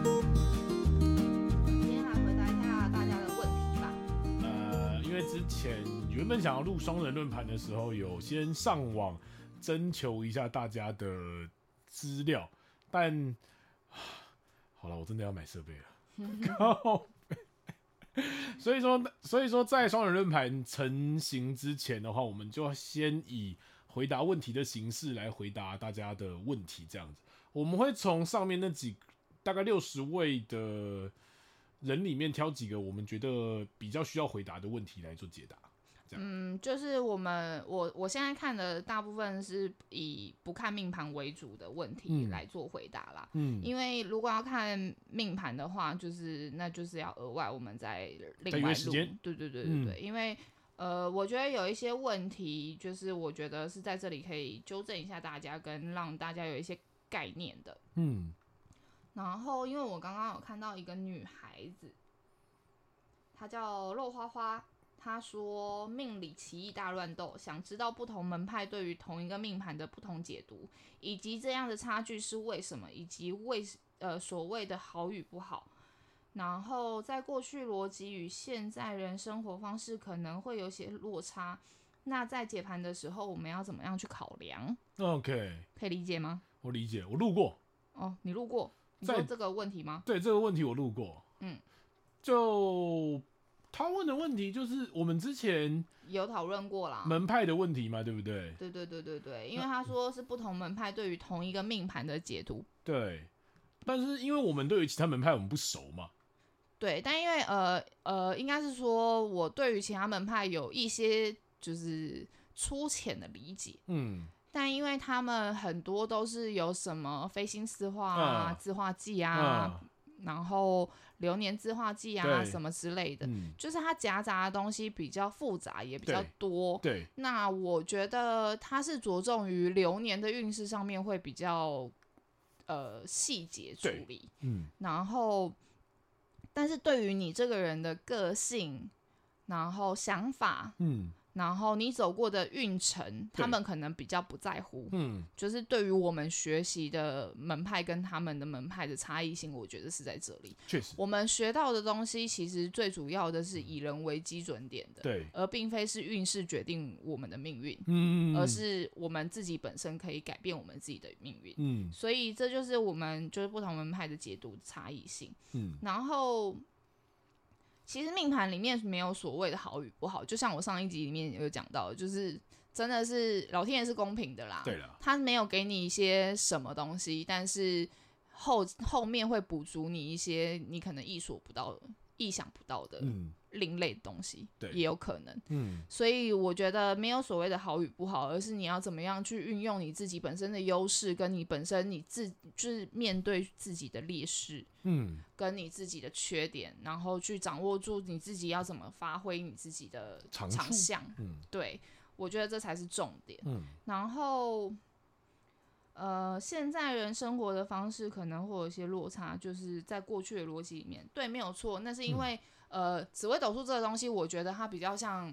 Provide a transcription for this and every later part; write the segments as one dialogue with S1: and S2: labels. S1: 呃前原本想要录双人论坛的时候，有先上网征求一下大家的资料，但唉好了，我真的要买设备了。靠北所以说，所以说，在双人论坛成型之前的话，我们就先以回答问题的形式来回答大家的问题，这样子。我们会从上面那几大概六十位的人里面挑几个我们觉得比较需要回答的问题来做解答。
S2: 嗯，就是我们我我现在看的大部分是以不看命盘为主的问题
S1: 嗯
S2: 来做回答啦。
S1: 嗯，
S2: 因为如果要看命盘的话，就是那就是要额外我们再
S1: 再
S2: 另
S1: 约
S2: 外
S1: 时
S2: 录
S1: 间。
S2: 对对对
S1: 嗯
S2: 对对，因为呃，我觉得有一些问题，就是我觉得是在这里可以纠正一下大家，跟让大家有一些概念的。
S1: 嗯，
S2: 然后，因为我刚刚有看到一个女孩子，她叫肉花花，她说命理奇异大乱斗，想知道不同门派对于同一个命盘的不同解读，以及这样的差距是为什么，以及为呃所谓的好与不好。然后，在过去逻辑与现在人生活方式可能会有些落差，那在解盘的时候，我们要怎么样去考量？
S1: OK，
S2: 可以理解吗？
S1: 我理解，我录过，
S2: 哦，你路过，你说
S1: 在
S2: 这个问题吗？
S1: 对这个问题我录过。
S2: 嗯，
S1: 就他问的问题就是我们之前
S2: 有讨论过啦。
S1: 门派的问题嘛，对不对？
S2: 对对对对对，因为
S1: 嗯
S2: 他说是不同门派对于同一个命盘的解读。
S1: 对，但是因为我们对于其他门派我们不熟嘛，
S2: 对，但因为呃呃，应该是说我对于其他门派有一些就是粗浅的理解，
S1: 嗯，
S2: 但因为他们很多都是有什么飞星四化啊
S1: 嗯、
S2: 字化记啊，
S1: 嗯
S2: 然后流年字化记啊
S1: 对
S2: 什么之类的，
S1: 嗯，
S2: 就是它夹杂的东西比较复杂，也比较
S1: 对
S2: 多。
S1: 对，
S2: 那我觉得它是着重于流年的运势上面会比较呃细节处
S1: 对
S2: 理，
S1: 嗯，
S2: 然后但是对于你这个人的个性，然后想法，
S1: 嗯，
S2: 然后你走过的运程，
S1: 对
S2: 他们可能比较不在乎。
S1: 嗯，
S2: 就是对于我们学习的门派跟他们的门派的差异性，我觉得是在这里。
S1: 确实，
S2: 我们学到的东西，其实最主要的是以人为基准点的。
S1: 对，
S2: 而并非是运势决定我们的命运，
S1: 嗯，
S2: 而，是我们自己本身可以改变我们自己的命运。
S1: 嗯
S2: 所以这就是我们就是不同门派的解读差异性。
S1: 嗯，
S2: 然后，其实命盘里面没有所谓的好与不好，就像我上一集里面有讲到的，就是真的是老天爷是公平的啦。
S1: 对了，
S2: 他没有给你一些什么东西，但是后后面会补足你一些你可能意所不到、意想不到的
S1: 嗯
S2: 另类的东西，
S1: 对
S2: 也有可能。
S1: 嗯，
S2: 所以我觉得没有所谓的好与不好，而是你要怎么样去运用你自己本身的优势，跟你本身你自就是面对自己的劣势，
S1: 嗯，
S2: 跟你自己的缺点，然后去掌握住你自己要怎么发挥你自己的
S1: 长处
S2: 长项。
S1: 嗯，
S2: 对，我觉得这才是重点。
S1: 嗯，
S2: 然后，呃，现在人生活的方式可能会有一些落差，就是在过去的逻辑里面，对，没有错。那是因为、呃，紫微斗数这个东西，我觉得它比较像，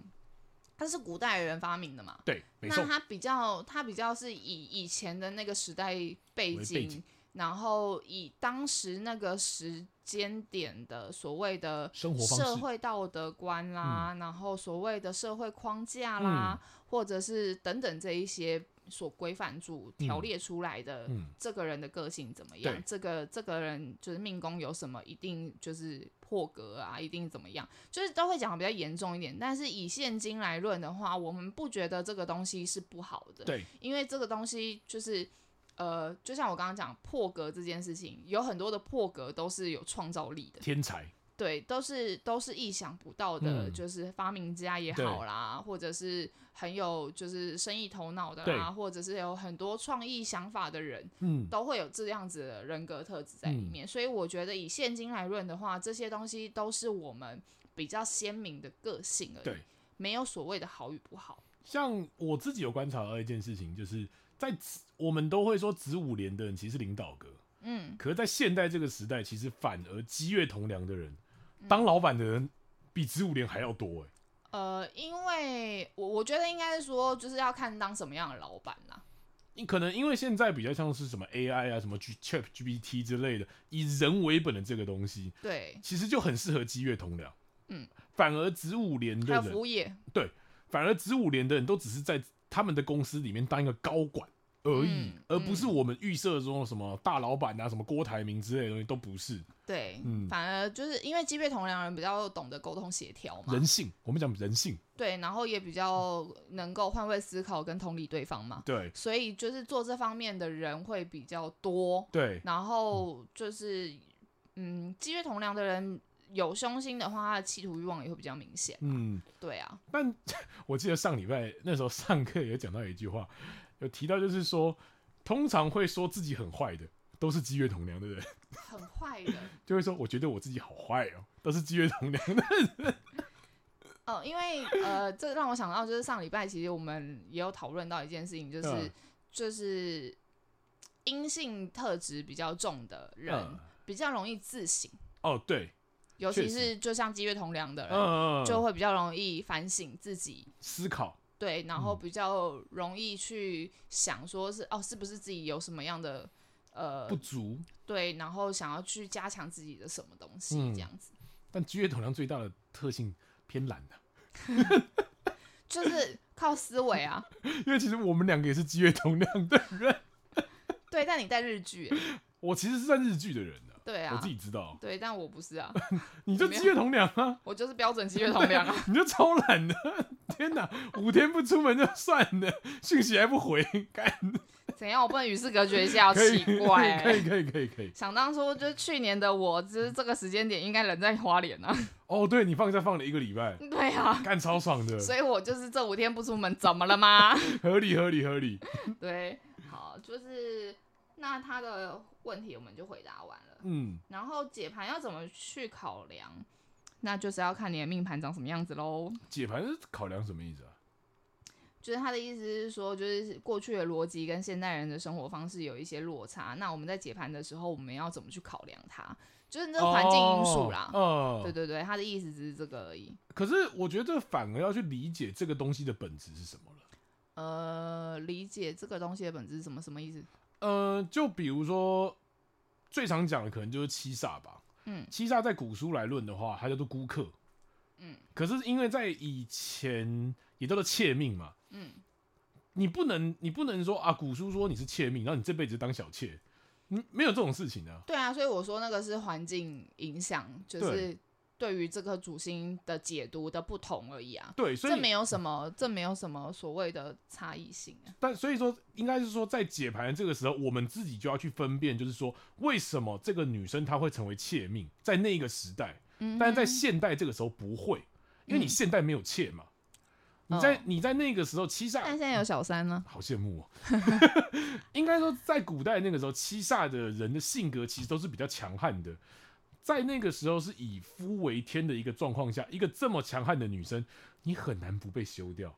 S2: 它是古代人发明的嘛，
S1: 对，没错
S2: 那，它比较，它比较是以以前的那个时代背
S1: 为
S2: 景，
S1: 背景
S2: 然后以当时那个时间点的所谓的
S1: 生活方式嗯
S2: 社会道德观啦，然后所谓的社会框架啦，或者是等等这一些所规范住、条列出来的、
S1: 嗯
S2: 这个人的个性怎么样
S1: 对，
S2: 这个这个人就是命宫有什么，一定就是破格啊，一定怎么样，就是都会讲的比较严重一点。但是以现今来论的话，我们不觉得这个东西是不好的，
S1: 对，
S2: 因为这个东西就是。呃，就像我刚刚讲破格这件事情，有很多的破格都是有创造力的，
S1: 天才，
S2: 对，都是都是意想不到的，
S1: 嗯
S2: 就是发明家也好啦，或者是很有就是生意头脑的啦，
S1: 对
S2: 或者是有很多创意想法的人，
S1: 嗯，
S2: 都会有这样子的人格特质在里面。所以我觉得以现今来论的话，这些东西都是我们比较鲜明的个性而已
S1: 对，
S2: 没有所谓的好与不好。
S1: 像我自己有观察到一件事情，就是在子我们都会说子午连的人其实是领导格，
S2: 嗯，
S1: 可是，在现代这个时代，其实反而积月同梁的人，当老板的人比子午连还要多哎、
S2: 呃，因为我我觉得应该是说，就是要看当什么样的老板啦。
S1: 你可能因为现在比较像是什么 AI 啊、什么 G Chat GPT 之类的，以人为本的这个东西，
S2: 对，
S1: 其实就很适合积月同梁。
S2: 嗯，
S1: 反而子午连
S2: 还
S1: 的
S2: 有
S1: 人
S2: 服务业，
S1: 反而子午连的人都只是在他们的公司里面当一个高管而已，
S2: 嗯
S1: 而不是我们预设中的什么大老板啊、什么郭台铭之类的东西都不是
S2: 对，
S1: 嗯
S2: 反而就是因为击背同僚人比较懂得沟通协调嘛，
S1: 人性。我们讲人性，
S2: 对，然后也比较能够换位思考跟同理对方嘛，
S1: 对
S2: 所以就是做这方面的人会比较多，
S1: 对
S2: 然后就是嗯，击背同僚的人有凶心的话，他的企图欲望也会比较明显，
S1: 嗯。
S2: 对啊，
S1: 但 我记得上礼拜那时候上课有讲到一句话，有提到就是说，通常会说自己很坏的都是积月同僚的人，
S2: 很坏的。
S1: 就会说我觉得我自己好坏哦，都是积月同僚的。
S2: 哦，因为呃，这让我想到就是上礼拜其实我们也有讨论到一件事情，就是、
S1: 嗯
S2: 就是阴性特质比较重的人、
S1: 嗯
S2: 比较容易自省，
S1: 哦，对，
S2: 尤
S1: 确
S2: 其
S1: 实
S2: 是就像积月同僚的人，
S1: 嗯，
S2: 就会比较容易反省自己。
S1: 思考，
S2: 对，然后
S1: 嗯
S2: 比较容易去想，说是、哦，是不是自己有什么样的呃
S1: 不足。
S2: 对，然后想要去加强自己的什么东西
S1: 嗯
S2: 这样子。
S1: 但积月同僚最大的特性偏懒啊的、
S2: 就是靠思维啊，
S1: 因为其实我们两个也是积月同僚的人。
S2: 对，但你带日剧欸、
S1: 我其实是算日剧的人的、
S2: 对啊，
S1: 我自己知道。
S2: 对，但我不是啊，
S1: 你就积月同僚啊，
S2: 我就是标准七月同梁啊。
S1: 你就超懒的。天哪，五天不出门就算了，讯息还不回，干。
S2: 怎样？我不能与世隔绝一下哦？
S1: 可以，
S2: 奇怪欸、
S1: 可以，可以，可以，可以。
S2: 想当初，就是去年的我，就是这个时间点应该人在花莲啊。
S1: 哦，对你放假放了一个礼拜，
S2: 对啊，
S1: 干超爽的，
S2: 所以我就是这五天不出门，怎么了吗？
S1: 合理，合理，合理。
S2: 对，好，就是那他的问题我们就回答完了。
S1: 嗯，
S2: 然后解盘要怎么去考量？那就是要看你的命盘长什么样子喽。
S1: 解盘是考量什么意思啊？
S2: 就是他的意思是说，就是过去的逻辑跟现代人的生活方式有一些落差。那我们在解盘的时候，我们要怎么去考量它？就是那环境因素啦。
S1: 哦
S2: 对
S1: 嗯，
S2: 对对，他的意思只是这个而已。
S1: 可是我觉得反而要去理解这个东西的本质是什么了。
S2: 呃，理解这个东西的本质是什么？什么意思？
S1: 呃，就比如说最常讲的可能就是七煞吧。
S2: 嗯
S1: 七煞在古书来论的话，它叫做孤客。
S2: 嗯
S1: 可是因为在以前也叫做窃命嘛，
S2: 嗯，
S1: 你不能你不能说啊，古书说你是窃命，然后你这辈子当小妾，嗯，没有这种事情啊。
S2: 对啊，所以我说那个是环境影响，就是对于这颗主星的解读的不同而已啊。
S1: 对，所
S2: 这
S1: 以
S2: 没有什么，这没有什么所谓的差异性啊。
S1: 但所以说，应该是说在解盘这个时候，我们自己就要去分辨，就是说为什么这个女生她会成为妾命，在那个时代，
S2: 嗯哼，
S1: 但是在现代这个时候不会，因为你
S2: 嗯
S1: 现代没有妾嘛。
S2: 哦
S1: 你在你在那个时候七
S2: 但
S1: 煞
S2: 现在有小三呢、
S1: 好羡慕哦， 应该说在古代那个时候，七煞的人的性格其实都是比较强悍的，在那个时候是以夫为天的一个状况下，一个这么强悍的女生，你很难不被休掉，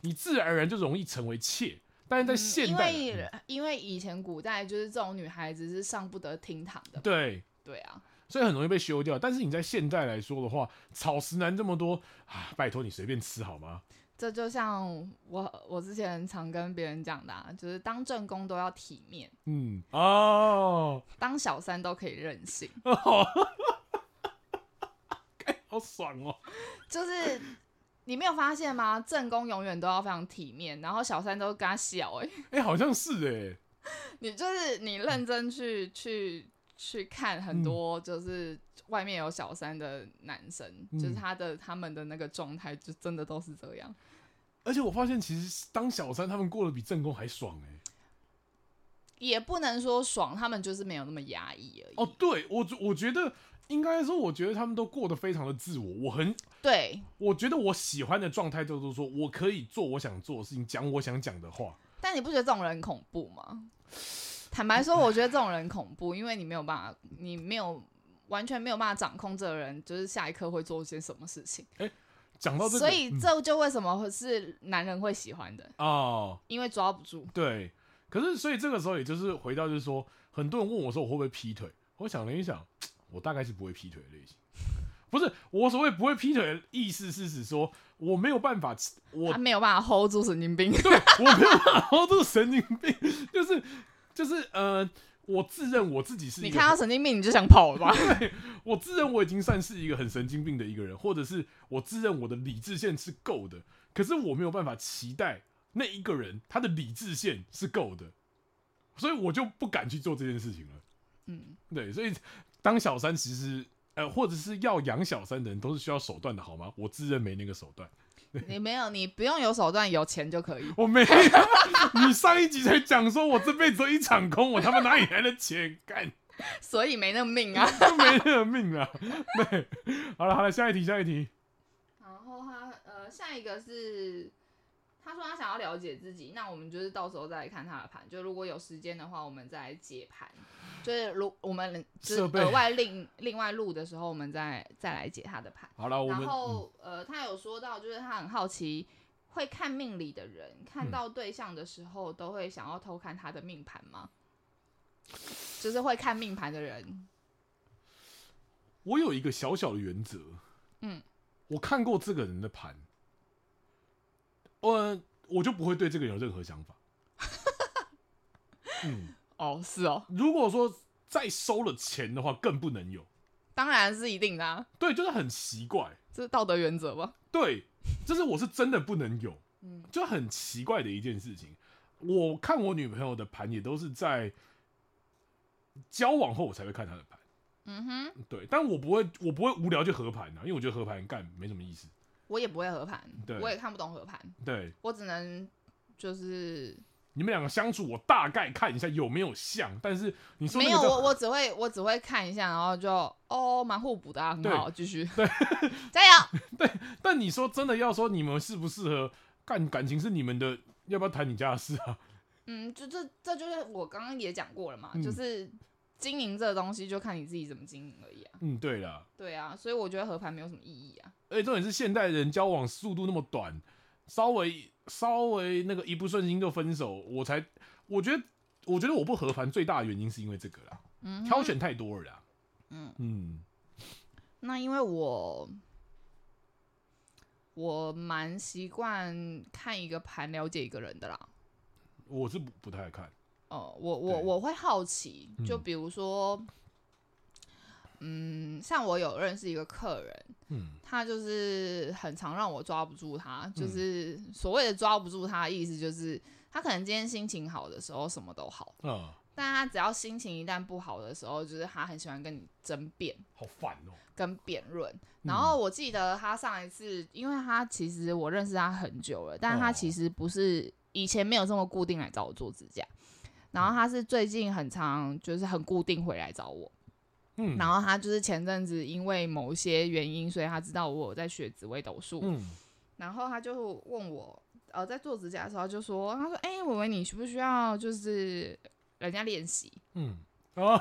S1: 你自然而然就容易成为妾。但是在
S2: 嗯
S1: 现代，
S2: 因
S1: 嗯
S2: 为因为以前古代就是这种女孩子是上不得厅堂的，
S1: 对，
S2: 对啊，
S1: 所以很容易被休掉。但是你在现代来说的话，草食男这么多啊，拜托你随便吃好吗？
S2: 这就像我我之前常跟别人讲的、啊，就是当正宫都要体面，
S1: 嗯，哦，
S2: 当小三都可以任性，
S1: 好爽哦。
S2: 就是 你没有发现吗？正宫永远都要非常体面，然后小三都跟他笑、欸，
S1: 哎、好像是哎、
S2: 你就是你认真去去去看
S1: 嗯
S2: 很多，就是外面有小三的男生，
S1: 嗯
S2: 就是他的他们的那个状态，就真的都是这样。
S1: 而且我发现，其实当小三他们过得比正宫还爽哎、
S2: 也不能说爽，他们就是没有那么压抑而已。
S1: 哦，对我觉我觉得应该说，我觉得他们都过得非常的自我。我很
S2: 对，
S1: 我觉得我喜欢的状态就是说我可以做我想做的事情，讲我想讲的话。
S2: 但你不觉得这种人很恐怖吗？坦白说，我觉得这种人很恐怖，因为你没有办法，你没有完全没有办法掌控这个人，就是下一刻会做些什么事情。
S1: 讲到这个，
S2: 所以
S1: 嗯
S2: 这就为什么会是男人会喜欢的，
S1: 哦，
S2: 因为抓不住。
S1: 对，可是所以这个时候也就是回到就是说，很多人问我说我会不会劈腿，我想了一想，我大概是不会劈腿的类型。 不是我所谓不会劈腿的意思是指说我没有办法，我
S2: 他没有办法 hold 住神经病。
S1: 对我没有办法 hold 住神经病，就是就是呃，我自认我自己是一
S2: 你
S1: 个
S2: 看到神经病你就想跑了 吧？
S1: 我自认我已经算是一个很神经病的一个人，或者是我自认我的理智线是够的，可是我没有办法期待那一个人他的理智线是够的，所以我就不敢去做这件事情了。
S2: 嗯，
S1: 对，所以当小三其实呃，或者是要养小三的人都是需要手段的，好吗？我自认没那个手段，
S2: 你没有，你不用有手段，有钱就可以。
S1: 我没有。 你上一集才讲说我这辈子都一场空，我他妈哪里来的钱干？
S2: 所以没那么命啊。
S1: 都没那个命了。 对，好了好了，下一题，下一题。
S2: 然后他呃，下一个是他说他想要了解自己，那我们就是到时候再来看他的盘，就如果有时间的话，我们再来解盘。就是如我们就是
S1: 设备
S2: 额外另另外录的时候，我们再再来解他的盘。
S1: 好了，我
S2: 然
S1: 们嗯
S2: 后呃，他有说到，就是他很好奇，会看命理的人看
S1: 嗯
S2: 到对象的时候，都会想要偷看他的命盘吗？就是会看命盘的人，
S1: 我有一个小小的原则，
S2: 嗯，
S1: 我看过这个人的盘，呃，我就不会对这个人有任何想法。嗯，
S2: 哦，是哦，
S1: 如果说再收了钱的话，更不能有。
S2: 当然是一定的、啊，
S1: 对，就是很奇怪。
S2: 这是道德原则吧？
S1: 对，就是我是真的不能有，
S2: 嗯
S1: 就很奇怪的一件事情。我看我女朋友的盘也都是在交往后我才会看她的盘，
S2: 嗯哼，
S1: 对，但我不会，我不会无聊就合盘啊，因为我觉得合盘干没什么意思。
S2: 我也不会合盘
S1: 对，
S2: 我也看不懂合盘，
S1: 对，
S2: 我只能就是
S1: 你们两个相处，我大概看一下有没有像，但是你说那
S2: 没
S1: 个
S2: 有
S1: 叫
S2: 我，我只会我只会看一下，然后就哦，蛮互补的、啊，很
S1: 对
S2: 好，继续， 加油，
S1: 但你说真的要说你们适不适合干感情是你们的，要不要谈你家的事啊？
S2: 嗯，就这这就是我刚刚也讲过了嘛，
S1: 嗯
S2: 就是经营这个东西就看你自己怎么经营而已啊，
S1: 嗯，对了，
S2: 对啊，所以我觉得合盘没有什么意义啊，
S1: 而且重点是现代人交往速度那么短，稍微稍微那个一不顺心就分手，我才我觉得我觉得我不合盘最大的原因是因为这个啦，
S2: 嗯哼，
S1: 挑选太多了啦。
S2: 嗯
S1: 嗯
S2: 那因为我我蛮习惯看一个盘了解一个人的啦，
S1: 我是不不太爱看，
S2: 哦，我我
S1: 对
S2: 我会好奇，就
S1: 嗯
S2: 比如说，嗯像我有认识一个客人，
S1: 嗯
S2: 他就是很常让我抓不住他，就
S1: 嗯
S2: 是所谓的抓不住他，意思就是他可能今天心情好的时候什么都好，
S1: 啊，
S2: 但他只要心情一旦不好的时候，就是他很喜欢跟你争辩。
S1: 好烦哦、
S2: 跟辩论，然后
S1: 嗯
S2: 我记得他上一次，因为他其实我认识他很久了，但他
S1: 哦
S2: 其实不是以前没有这么固定来找我做指甲，然后他是最近很常就是很固定回来找我，
S1: 嗯，
S2: 然后他就是前阵子因为某些原因，所以他知道我有在学紫微斗数，
S1: 嗯
S2: 然后他就问我，呃，在做指甲的时候他就说，他说，哎、伟伟你需不需要就是人家练习？
S1: 嗯啊，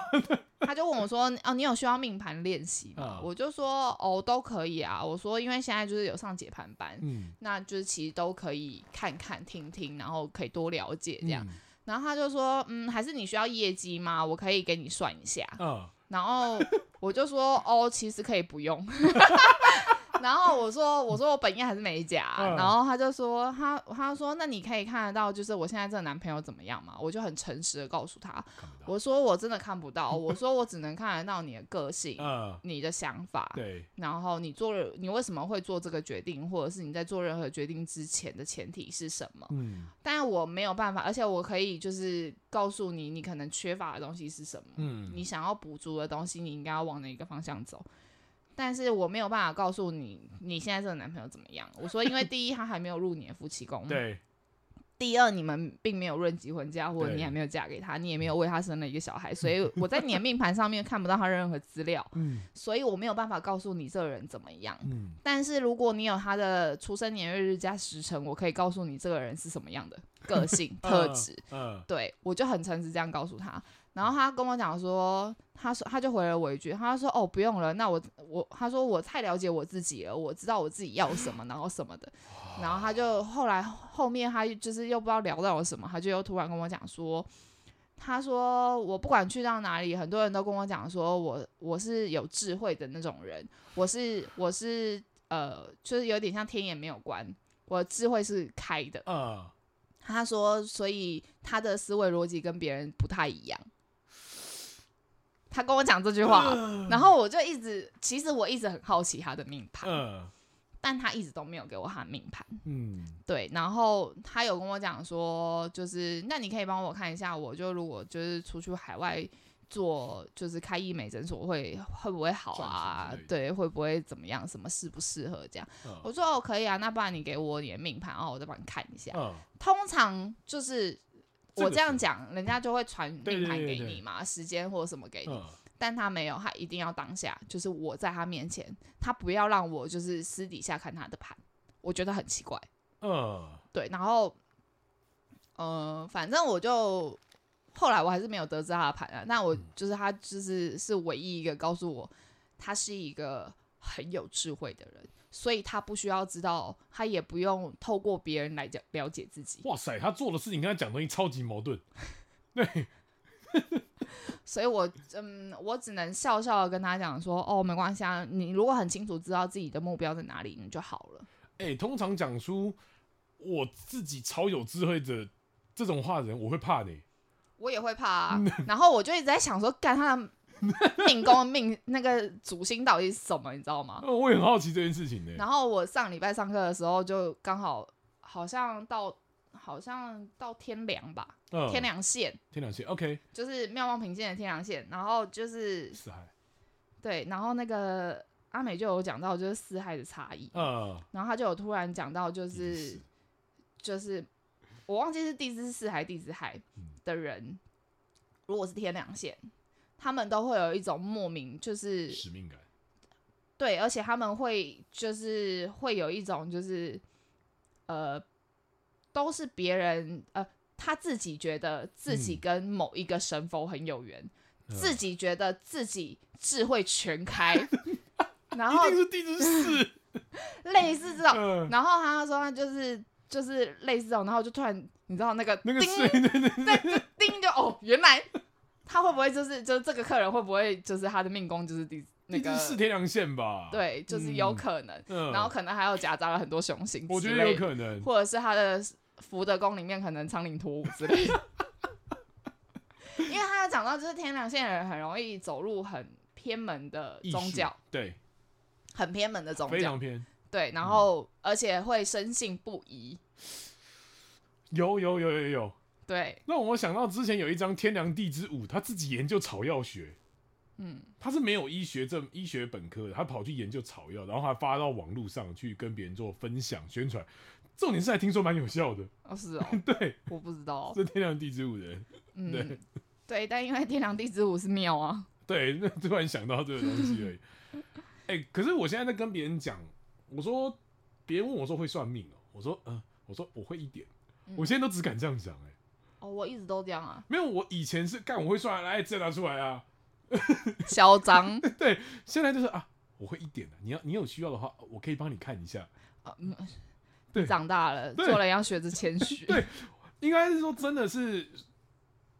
S2: 他就问我说：“哦，你有需要命盘练习吗？”
S1: 嗯
S2: 我就说：“哦，都可以啊。”我说：“因为现在就是有上解盘班，
S1: 嗯，
S2: 那就是其实都可以看看、听听，然后可以多了解这
S1: 嗯
S2: 样。然后他就说：“嗯，还是你需要业绩吗？我可以给你算一下。
S1: 啊，
S2: 然后我就说：“哦，其实可以不用。” 然后我说：“我说我本业还是美甲。
S1: 嗯
S2: 然后他就说：“他他说那你可以看得到，就是我现在这个男朋友怎么样嘛？”我就很诚实的告诉他，
S1: 看不到，
S2: 我说我真的看不到，我说我只能看得到你的个性、
S1: 啊，
S2: 你的想法，
S1: 对，
S2: 然后你做了，你为什么会做这个决定，或者是你在做任何决定之前的前提是什么？
S1: 嗯
S2: 但我没有办法，而且我可以就是告诉你，你可能缺乏的东西是什么，
S1: 嗯，
S2: 你想要补足的东西，你应该要往哪一个方向走。但是我没有办法告诉你，你现在这个男朋友怎么样。我说，因为第一，他还没有入你的夫妻宫，
S1: 对，
S2: 第二，你们并没有论及婚嫁，或者
S1: 对
S2: 你还没有嫁给他，你也没有为他生了一个小孩，所 以我在你的命盘上面看不到他任何资料，
S1: 嗯
S2: 所以我没有办法告诉你这个人怎么样。
S1: 嗯，
S2: 但是如果你有他的出生年月日加时辰，我可以告诉你这个人是什么样的个 性特质。
S1: 嗯，
S2: 对我就很诚实这样告诉他，然后他跟我讲说，他说他就回了我一句，他说哦不用了，那我我他说我太了解我自己了，我知道我自己要什么，然后什么的，然后他就后来后面他就是又不知道聊到了什么，他就又突然跟我讲说。他说：“我不管去到哪里，很多人都跟我讲说我我是有智慧的那种人，我是我是呃，就是有点像天眼没有关，我的智慧是开的。
S1: 啊，
S2: 他说，所以他的思维逻辑跟别人不太一样。他跟我讲这句话，然后我就一直，其实我一直很好奇他的命盘，
S1: 嗯
S2: 但他一直都没有给我他的命盘。
S1: 嗯
S2: 对，然后他有跟我讲说，就是那你可以帮我看一下，我就如果就是出去海外做，就是开医美诊所会会不会好啊
S1: 赚钱之类？的
S2: 对，会不会怎么样？什么适不适合这样？
S1: 嗯
S2: 我说哦，可以啊，那不然你给我你的命盘，然哦后我再帮你看一下。
S1: 嗯，
S2: 通常就是
S1: 这
S2: 我
S1: 个
S2: 这样
S1: 是
S2: 讲，人家就会传
S1: 对
S2: 命
S1: 对
S2: 盘
S1: 对
S2: 给
S1: 对
S2: 你嘛，时间或者什么给你，
S1: 嗯
S2: 但他没有，他一定要当下，就是我在他面前，他不要让我就是私底下看他的盘，我觉得很奇怪。
S1: 嗯
S2: 对，然后，呃，反正我就后来我还是没有得知他的盘啊。那我
S1: 嗯
S2: 就是他，就是是唯一一个告诉我，他是一个很有智慧的人，所以他不需要知道，他也不用透过别人来讲了解自己。
S1: 哇塞，他做的事情跟他讲的东西超级矛盾，
S2: 所以我嗯，我只能笑笑的跟他讲说，哦，没关系啊，你如果很清楚知道自己的目标在哪里，你就好了。
S1: 哎、通常讲出我自己超有智慧的这种话的人，我会怕的、
S2: 我也会怕、啊，然后我就一直在想说，干他的命宫命那个主星到底是什么，你知道吗？
S1: 呃，我也很好奇这件事情呢、
S2: 哦然后我上礼拜上课的时候，就刚好好像到好像到天良吧，
S1: 嗯，
S2: 天良县
S1: 天两线，OK，
S2: 就是妙望平县的天良县，然后就是
S1: 四海，
S2: 对，然后那个阿美就有讲到就是四害的差异，
S1: 嗯，
S2: 然后他就有突然讲到就是
S1: 是
S2: 就是我忘记是地支四还是地支亥
S1: 嗯
S2: 的人，如果是天良县，他们都会有一种莫名就是
S1: 使命感，
S2: 对，而且他们会就是会有一种就是呃，都是别人呃，他自己觉得自己
S1: 嗯
S2: 跟某一个神佛很有缘，
S1: 嗯
S2: 自己觉得自己智慧全 开，然后
S1: 一定是 地之四，
S2: 类似这种，
S1: 嗯，
S2: 然后他说他就是就是类似这种，然后就突然你知道那个
S1: 那
S2: 叮
S1: 个谁，对对对，
S2: 叮就哦，原来他会不会就是就是这个客人会不会就是他的命宫就是第那
S1: 地
S2: 个
S1: 之四天良线吧，，
S2: 对，就是有
S1: 嗯
S2: 可能。
S1: 嗯，
S2: 然后可能还有夹杂了很多雄性，
S1: 我觉得有，可能，
S2: 或者是他的福德宫里面可能苍灵脱舞之类 的。因为他有讲到，就是天良县人很容易走入很偏门的
S1: 艺术
S2: 宗教，
S1: 对，
S2: 很偏门的宗
S1: 非
S2: 教，
S1: 常嗯偏，
S2: 对，然后、而且会深信不疑，
S1: 有有有有有，
S2: 对，
S1: 让我想到之前有一张《天良地之舞》，他自己研究草药学，
S2: 嗯，
S1: 他是没有医学证、医学本科的，他跑去研究草药，然后还发到网络上去跟别人做分享宣传。重点是还听说蛮有效的，
S2: 哦是 哦，
S1: 对，
S2: 我不知道哦，
S1: 这天良地之舞的人，
S2: 嗯，
S1: 对
S2: 对但因为天良地之舞是庙 啊，
S1: 对，那突然想到这个东西而已。哎、可是我现在在跟别人讲，我说别人问我说会算命哦、我说嗯、呃我说我会一点，
S2: 嗯
S1: 我现在都只敢这样讲哎、
S2: 哦，我一直都这样啊，
S1: 没有，我以前是干我会算，来再拿出来啊，
S2: 嚣张，
S1: 现在就是啊，我会一点的、你要你有需要的话，我可以帮你看一下。
S2: 啊嗯
S1: 对
S2: 长大了，
S1: 对
S2: 做人要学着谦虚，
S1: 对应该是说真的是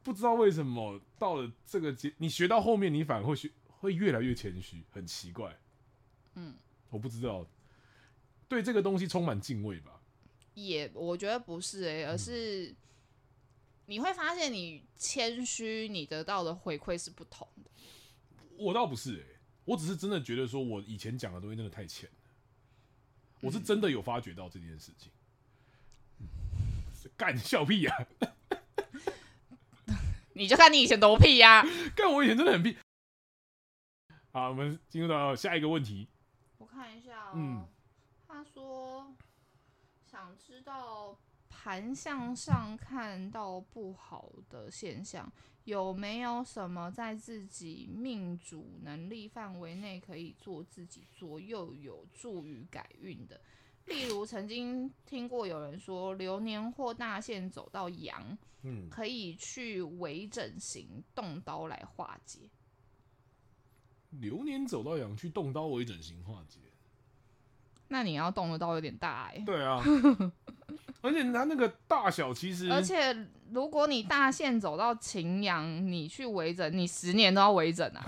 S1: 不知道为什么到了这个阶，你学到后面，你反而会学会越来越谦虚，很奇怪。
S2: 嗯，
S1: 我不知道，对这个东西充满敬畏吧。
S2: 也我觉得不是欸诶、而
S1: 嗯
S2: 是你会发现你谦虚，你得到的回馈是不同的。
S1: 我倒不是诶、我只是真的觉得说我以前讲的东西真的太浅了，我是真的有发觉到这件事情。干笑屁啊呀、
S2: 你就看你以前多屁呀、
S1: 干我以前真的很屁。好，我们进入到下一个问题。
S2: 我看一下哦，
S1: 嗯
S2: 他说想知道盘相上看到不好的现象，有没有什么在自己命主能力范围内可以做自己做，又有助于改运的？例如，曾经听过有人说，流年或大限走到阳，
S1: 嗯，
S2: 可以去微整形、动刀来化解。
S1: 流年走到阳去，动刀为整形化解。
S2: 那你要动的刀有点大哎、
S1: 对啊， 而且它那个大小其实，
S2: 而且如果你大限走到秦阳，你去围整，你十年都要围整 啊！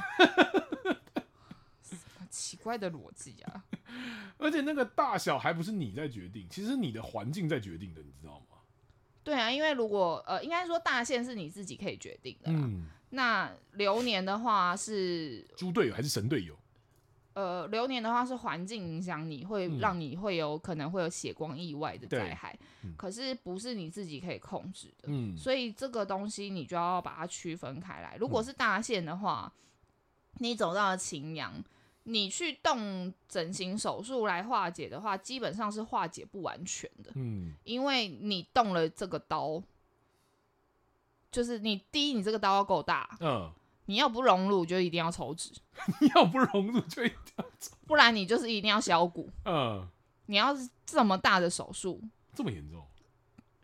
S2: 什么奇怪的逻辑啊！
S1: 而且那个大小还不是你在决定，其实你的环境在决定的，你知道吗？嗯
S2: 对啊，因为如果呃，应该说大限是你自己可以决定的啦。那流年的话是
S1: 猪队友还是神队友？
S2: 呃，流年的话是环境影响你，会
S1: 嗯
S2: 让你会有可能会有血光意外的
S1: 对
S2: 灾害，
S1: 嗯
S2: 可是不是你自己可以控制的，
S1: 嗯，
S2: 所以这个东西你就要把它区分开来。如果是大限的话，你走到了秦阳，你去动整形手术来化解的话，基本上是化解不完全的，
S1: 嗯，
S2: 因为你动了这个刀，就是你第一，你这个刀要够大，
S1: 嗯，
S2: 你要不融入就一定要抽脂，
S1: 要不融入就一，
S2: 不然你就是一定要削骨。
S1: 嗯，
S2: 你要是这么大的手术，
S1: 这么严重？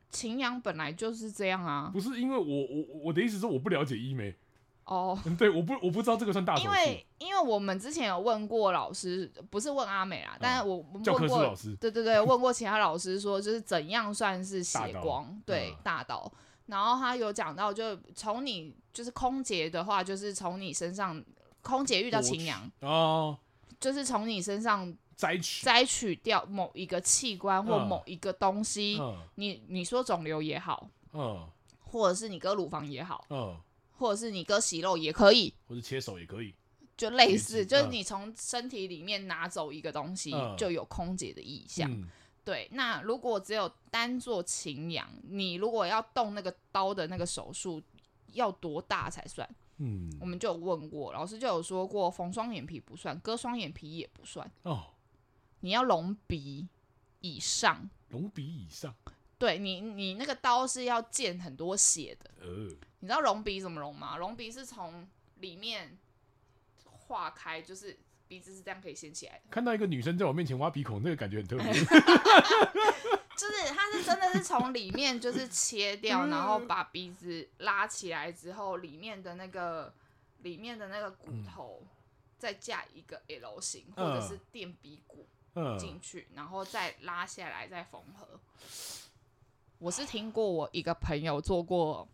S2: 秦阳本来就是这样啊。
S1: 不是因为我我我的意思是我不了解医美，
S2: 哦，
S1: 嗯，对，我不我不知道这个算大手
S2: 因
S1: 术，
S2: 为因为我们之前有问过老师，不是问阿美啦，但是我我们
S1: 嗯教科
S2: 问
S1: 书
S2: 过
S1: 老师，
S2: 对对对，问过其他老师说，就是怎样算是血
S1: 大刀
S2: 光，对
S1: 嗯，
S2: 大刀。然后他有讲到，就从你就是空姐的话，就是从你身上，空姐遇到
S1: 夺
S2: 秦
S1: 取
S2: 阳，
S1: 哦，
S2: 就是从你身上
S1: 摘取，
S2: 摘取掉某一个器官或
S1: 嗯
S2: 某一个东西，
S1: 嗯
S2: 你你说肿瘤也好，
S1: 嗯
S2: 或者是你割乳房也好，
S1: 嗯，
S2: 或者是你割息肉也可以，
S1: 或者切手也可以，
S2: 就类
S1: 理
S2: 似，
S1: 解
S2: 就是
S1: 嗯
S2: 你从身体里面拿走一个东西，
S1: 嗯
S2: 就有空姐的意向。
S1: 嗯
S2: 对，那如果只有单做秦阳，你如果要动那个刀的那个手术，要多大才算？我
S1: 嗯，
S2: 们就有问过老师，就有说过缝双眼皮不算，割双眼皮也不算，
S1: 哦，
S2: 你要隆鼻以上。
S1: 隆鼻以上，
S2: 对你，你那个刀是要溅很多血的。
S1: 呃，
S2: 你知道隆鼻怎么隆吗？隆鼻是从里面化开，就是鼻子是这样可以掀起来的，
S1: 看到一个女生在我面前挖鼻孔，那个感觉很特别，
S2: 就是它是真的是从里面就是切掉，
S1: 嗯
S2: 然后把鼻子拉起来之后，里面的那个里面的那个骨头。再架一个 L 型，或者是垫鼻骨
S1: 嗯
S2: 进去，然后再拉下来，再缝合。我是听过我一个朋友做过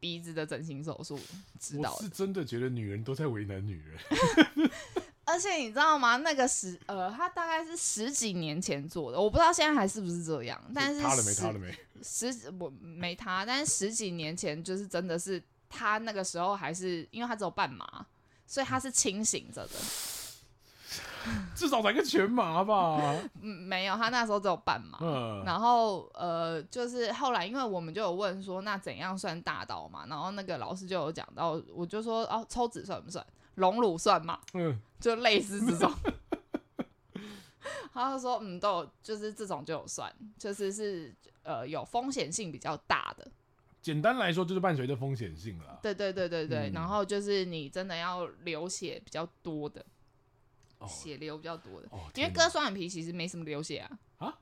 S2: 鼻子的整形手术，知道
S1: 我
S2: 的
S1: 是真的觉得女人都在为难女人，
S2: 而且你知道吗？那个十呃，他大概是十几年前做的，我不知道现在还是不是这样。但 是
S1: 塌了没？
S2: 十
S1: 塌了没？
S2: 十我没他，但是十几年前就是真的是他那个时候还是因为他只有半麻，所以他是清醒着的。
S1: 至少来个全麻吧，
S2: 嗯，没有，他那时候只有半麻。
S1: 嗯，
S2: 然后呃，就是后来，因为我们就有问说，那怎样算大刀嘛？然后那个老师就有讲到，我就说哦，抽脂算不算？隆乳算吗？
S1: 嗯，
S2: 就类似这种。 他就说，嗯，都有，就是这种就有算，就是是呃有风险性比较大的，
S1: 简单来说就是伴随着风险性啦。
S2: 对对对对对，
S1: 嗯
S2: 然后就是你真的要流血比较多的，
S1: 哦
S2: 血流比较多的，
S1: 哦，
S2: 因为
S1: 天
S2: 割
S1: 哪
S2: 双眼皮其实没什么流血啊，
S1: 啊，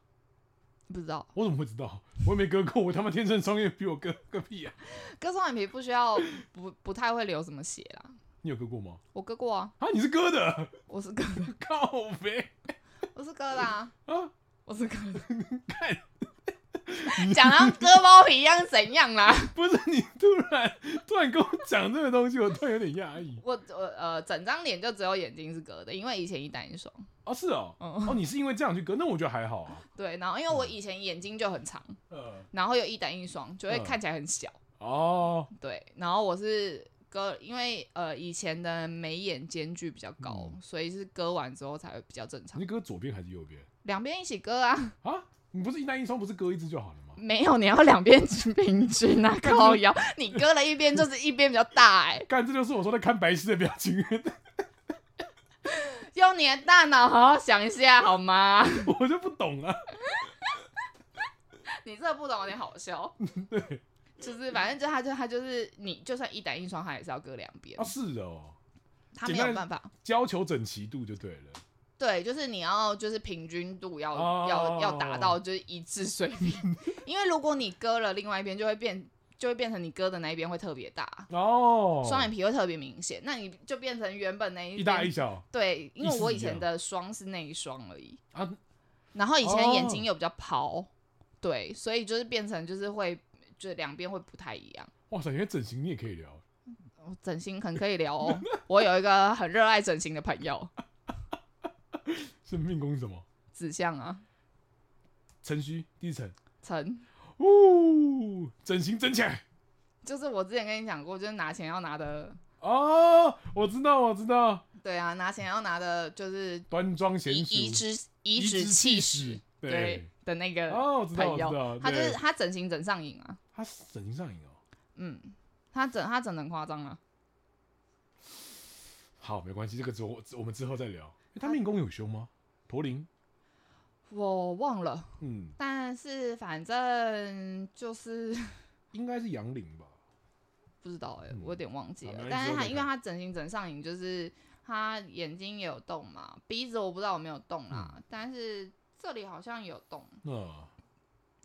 S2: 不知道
S1: 我怎么会知道？我也没割过，我他妈天生双眼皮，我割个屁啊！
S2: 割双眼皮不需要不不太会流什么血啦，
S1: 你有割过吗？
S2: 我割过啊，
S1: 啊，你是割的，
S2: 我是割的，
S1: 靠呗！
S2: 我是割的啊，
S1: 啊
S2: 我是割 的，
S1: 看，
S2: 讲到割包皮一样怎样啦？
S1: 不是你突然突然跟我讲这个东西，我突然有点讶异
S2: 我我呃，整张脸就只有眼睛是割的，因为以前一单一双。
S1: 哦，是哦，
S2: 嗯
S1: 哦，你是因为这样去割，那我觉得还好啊。
S2: 对，然后因为我以前眼睛就很长，
S1: 呃，
S2: 然后有一单一双，就会
S1: 嗯
S2: 看起来很小。
S1: 哦，
S2: 对，然后我是割，因为呃以前的眉眼间距比较高，所以是割完之后才会比较正
S1: 嗯你
S2: 常
S1: 是。割左边还是右边
S2: 两边一起割啊，
S1: 啊？你不是一单一双，不是割一只就好了吗？
S2: 没有你要两边 平均 啊，
S1: 你
S2: 靠腰，你割了一边就是一边比较大哎、
S1: 干，这就是我说在看白痴的表情。
S2: 用你的大脑好好想一下好吗？
S1: 我就不懂啊。
S2: 你这不懂有点好笑。
S1: 对，
S2: 就是反正就他就他就是你就算一单一双，他也是要割两边
S1: 啊，，是哦，
S2: 他
S1: 简
S2: 没
S1: 单
S2: 有办法。
S1: 要求整齐度就对了。
S2: 对，就是你要就是平均度要、
S1: 哦
S2: 要要达到就是一致水平， 因为如果你割了另外一边，就会变就会变成你割的那一边会特别大，
S1: 哦，
S2: 双、眼皮会特别明显，那你就变成原本那一
S1: 一大
S2: 边
S1: 一小
S2: 对，因
S1: 意
S2: 为
S1: 思
S2: 我
S1: 一
S2: 以前
S1: 样
S2: 的双是那一双而已，
S1: 啊，
S2: 然后以前眼
S1: 哦
S2: 睛又比较抛，对，所以就是变成就是会就两边会不太一样。
S1: 哇塞，原来整形你也可以聊。
S2: 哦整形很可以聊 哦，我有一个很热爱整形的朋友，
S1: 是命宫是什么？
S2: 子向啊，
S1: 辰戌第一层，
S2: 陈
S1: 呜，整形整起来，
S2: 就是我之前跟你讲过，就是拿钱要拿的，
S1: 哦，我知道，我知道，
S2: 对啊，拿钱要拿的就是
S1: 端庄贤
S2: 颐
S1: 淑，
S2: 颐指颐
S1: 颐
S2: 指
S1: 指
S2: 气
S1: 气
S2: 使
S1: 使，
S2: 对
S1: 对，
S2: 的那个
S1: 哦，我知道，
S2: 朋
S1: 我知
S2: 友
S1: 道，，
S2: 他就是
S1: 对
S2: 他整形整上瘾啊，
S1: 他神经上瘾哦。
S2: 嗯，他整他整的夸张啊，
S1: 好，没关系，这个之后我们之后再聊。诶他命宫有凶吗？驼铃，
S2: 我忘了，
S1: 嗯，
S2: 但是反正就是
S1: 应该是阳陵吧。
S2: 不知道哎、
S1: 嗯
S2: 我有点忘记
S1: 好
S2: 了。
S1: 没关
S2: 但是
S1: 系之后
S2: 他
S1: 再
S2: 因为
S1: 看
S2: 他整形整上瘾，就是他眼睛也有动嘛，鼻子我不知道有没有动啦，但是这里好像有动，
S1: 嗯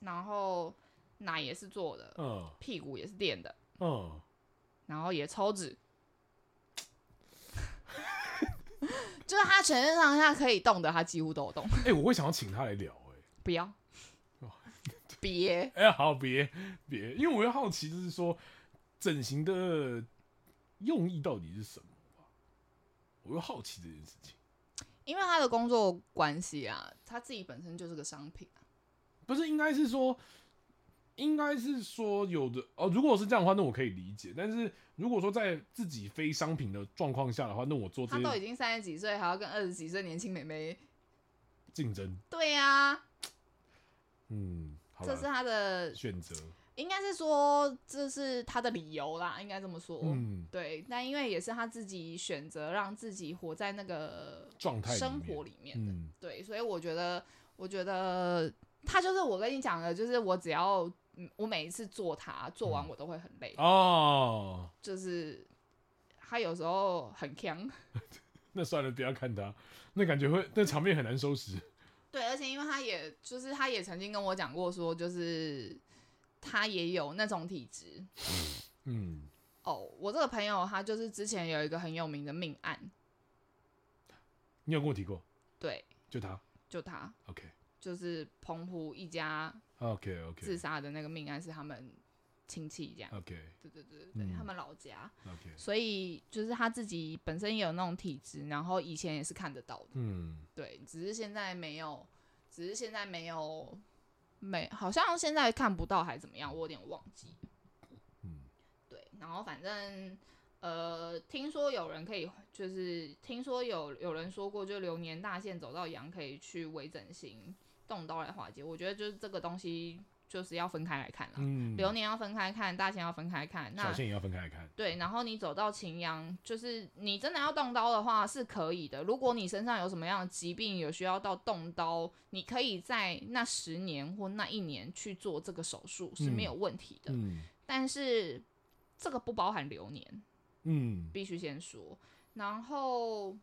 S2: 然后奶也是做的，
S1: 嗯
S2: 屁股也是垫的，
S1: 嗯，
S2: 然后也抽脂。 就是他全身上下可以动的，他几乎都有动。
S1: 哎、我会想要请他来聊、
S2: 不要
S1: 哦，
S2: 别
S1: 哎、哎、好，别别，因为我又好奇，就是说整形的用意到底是什么吧我又好奇这件事情。
S2: 因为他的工作关系啊，他自己本身就是个商品啊。
S1: 不是，应该是说，应该是说有的哦。如果是这样的话，那我可以理解。但是如果说在自己非商品的状况下的话，那我做这
S2: 他都已
S1: 些
S2: 经三十几岁，还要跟二十几岁年轻美眉，
S1: 竞争，
S2: 对呀、
S1: 嗯，好
S2: 这是
S1: 吧，
S2: 他的，
S1: 选择，
S2: 应该是说这是他的理由啦，应该这么说。
S1: 嗯，
S2: 对，但因为也是他自己选择让自己活在那个
S1: 状态里
S2: 生
S1: 面
S2: 活里面的，
S1: 嗯
S2: 对，所以我觉得，我觉得他就是我跟你讲的，就是我只要嗯我每一次做它，做完
S1: 嗯
S2: 我都会很累，
S1: 哦，
S2: 就是 他有时候很强，
S1: 那算了，不要看他，那感觉会，那场面很难收拾。
S2: 对，而且因为他也就是他也曾经跟我讲过说，就是他也有那种体质
S1: 嗯，
S2: 哦。我这个朋友他就是之前有一个很有名的命案，
S1: 你有跟我提过，
S2: 对，
S1: 就他
S2: 就他
S1: ，OK。
S2: 就是澎湖一家
S1: OK
S2: 自
S1: OK
S2: 杀的那个命案是他们亲戚这样，
S1: OK
S2: 对对对对，对
S1: 嗯
S2: 他们老家，
S1: OK，
S2: 所以就是他自己本身也有那种体质，然后以前也是看得到的，
S1: 嗯，
S2: 对，只是现在没有，只是现在没有，没好像现在看不到还怎么样，我有点忘记。
S1: 嗯，
S2: 对，然后反正呃，听说有人可以，就是听说有有人说过，就流年大限走到阳可以去微整形，动刀来化解。我觉得就是这个东西就是要分开来看啦，
S1: 嗯，
S2: 流年要分开看，大限要分开看，那
S1: 小线也要分开来看，
S2: 对，然后你走到秦阳，就是你真的要动刀的话是可以的。如果你身上有什么样的疾病，有需要到动刀，你可以在那十年或那一年去做这个手术是没有问题的。
S1: 嗯
S2: 但是这个不包含流年，
S1: 嗯
S2: 必须先说。然后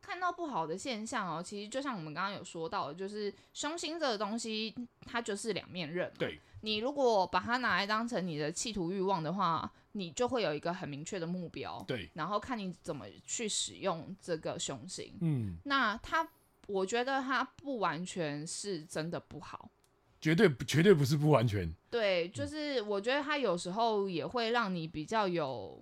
S2: 看到不好的现象哦，其实就像我们刚刚有说到的，就是凶星这个东西，它就是两面刃嘛。
S1: 对，
S2: 你如果把它拿来当成你的企图欲望的话，你就会有一个很明确的目标，
S1: 对，
S2: 然后看你怎么去使用这个凶星。
S1: 嗯，
S2: 那它，我觉得它不完全是真的不好。
S1: 绝对不绝对不是不完全，
S2: 对，
S1: 嗯
S2: 就是我觉得它有时候也会让你比较有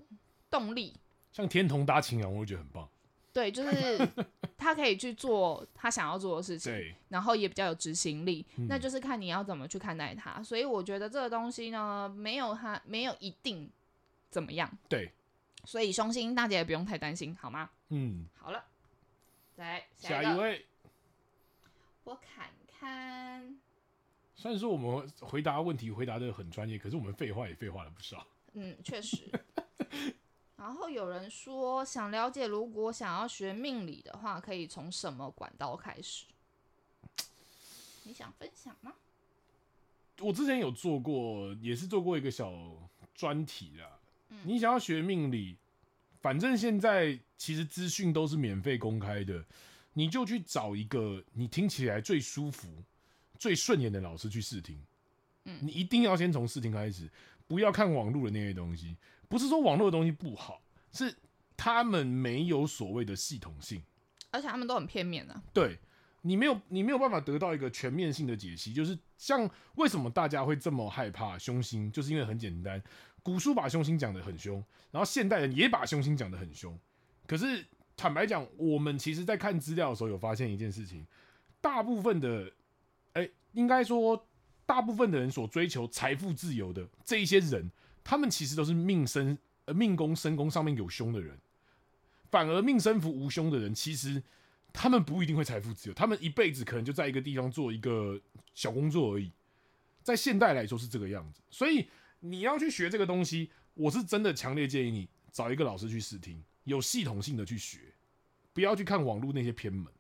S2: 动力，
S1: 像天童搭情郎，我就觉得很棒。
S2: 对，就是 他可以去做他想要做的事情，
S1: 对，
S2: 然后也比较有执行力，
S1: 嗯
S2: 那就是看你要怎么去看待它。所以我觉得这个东西呢，没有它没有一定怎么样，
S1: 对，
S2: 所以凶星大家也不用太担心，好吗？
S1: 嗯，
S2: 好了，来
S1: 下
S2: 一个，
S1: 一位。
S2: 我看看，
S1: 虽然说我们回答问题回答的很专业，可是我们废话也废话了不少。
S2: 嗯，确实。 然后有人说，想了解如果想要学命理的话，可以从什么管道开始？你想分享吗？
S1: 我之前有做过，也是做过一个小专题啦。
S2: 嗯
S1: 你想要学命理，反正现在其实资讯都是免费公开的，你就去找一个你听起来最舒服、最顺眼的老师去试听。
S2: 嗯
S1: 你一定要先从试听开始，不要看网络的那些东西。不是说网络的东西不好，是他们没有所谓的系统性。
S2: 而且他们都很片面啊。
S1: 对你没有你没有办法得到一个全面性的解析，就是像为什么大家会这么害怕凶星，就是因为很简单，古书把凶星讲得很凶，然后现代人也把凶星讲得很凶。可是坦白讲，我们其实在看资料的时候有发现一件事情，大部分的，哎、应该说大部分的人所追求财富自由的这一些人，他们其实都是命生呃命宫身宫上面有凶的人，反而命身符无凶的人，其实他们不一定会财富自由，他们一辈子可能就在一个地方做一个小工作而已。在现代来说是这个样子，所以你要去学这个东西，我是真的强烈建议你找一个老师去试听，有系统性的去学，不要去看网络那些偏门。